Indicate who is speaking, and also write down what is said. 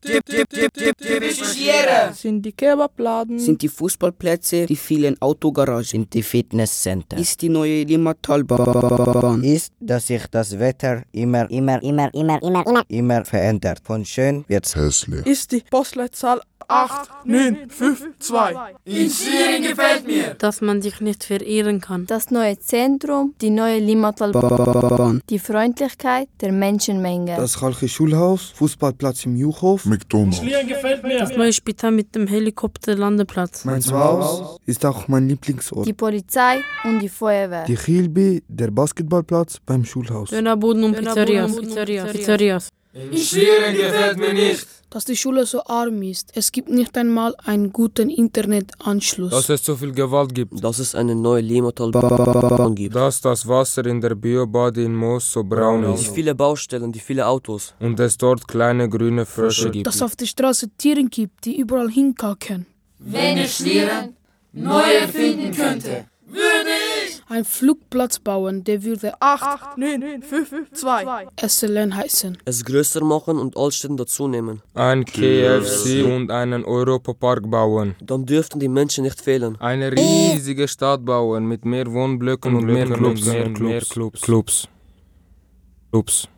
Speaker 1: Tipp, tipp, tipp, tipp, tipp,
Speaker 2: Sind die Kebabladen?
Speaker 3: Sind die Fußballplätze, die vielen Autogaragen,
Speaker 4: Sind die Fitnesscenter?
Speaker 3: ist die neue Limmatalbahn.
Speaker 5: ist, dass sich das Wetter immer, immer, immer, immer, immer, immer, immer verändert. Von schön wird's
Speaker 6: hässlich.
Speaker 2: ist die Postleitzahl 8, 9, 5, 2.
Speaker 1: In Syrien gefällt mir.
Speaker 7: dass man sich nicht verirren kann.
Speaker 8: Das neue Zentrum, die neue Limmatalbahn, die Freundlichkeit der Menschenmenge.
Speaker 9: Das Halche Schulhaus, Fußballplatz im Juchhof.
Speaker 6: McDonalds.
Speaker 7: Das neue Spital mit dem Helikopterlandeplatz.
Speaker 9: Mein Zuhause ist auch mein Lieblingsort.
Speaker 8: die Polizei und die Feuerwehr.
Speaker 9: Die Chilbi, der Basketballplatz beim Schulhaus.
Speaker 7: Dönerboden und Pizzerias. Pizzerias.
Speaker 1: In Syrien gefällt mir nicht.
Speaker 10: dass die Schule so arm ist. Es gibt nicht einmal einen guten Internetanschluss.
Speaker 11: Dass es zu viel Gewalt gibt.
Speaker 3: Dass es eine neue Limmatalbahn gibt.
Speaker 11: Dass das Wasser in der Biobade in Moos so braun
Speaker 3: Die
Speaker 11: ist
Speaker 3: viele Baustellen, die viele Autos.
Speaker 11: und es dort kleine grüne Frösche gibt.
Speaker 10: dass auf der Straße Tiere gibt, die überall hinkacken.
Speaker 1: Wenn ich Syrien neu erfinden könnte, würde ich.
Speaker 10: Ein Flugplatz bauen, der würde
Speaker 2: 8, 9, 5, 2.
Speaker 10: SLN heißen.
Speaker 3: Es größer machen und Altstädten dazu nehmen.
Speaker 11: Ein KFC und einen Europapark bauen.
Speaker 3: Dann dürften die Menschen nicht fehlen.
Speaker 11: Eine riesige Stadt bauen mit mehr Wohnblöcken und, mehr Clubs. Mehr Clubs. Clubs. Clubs.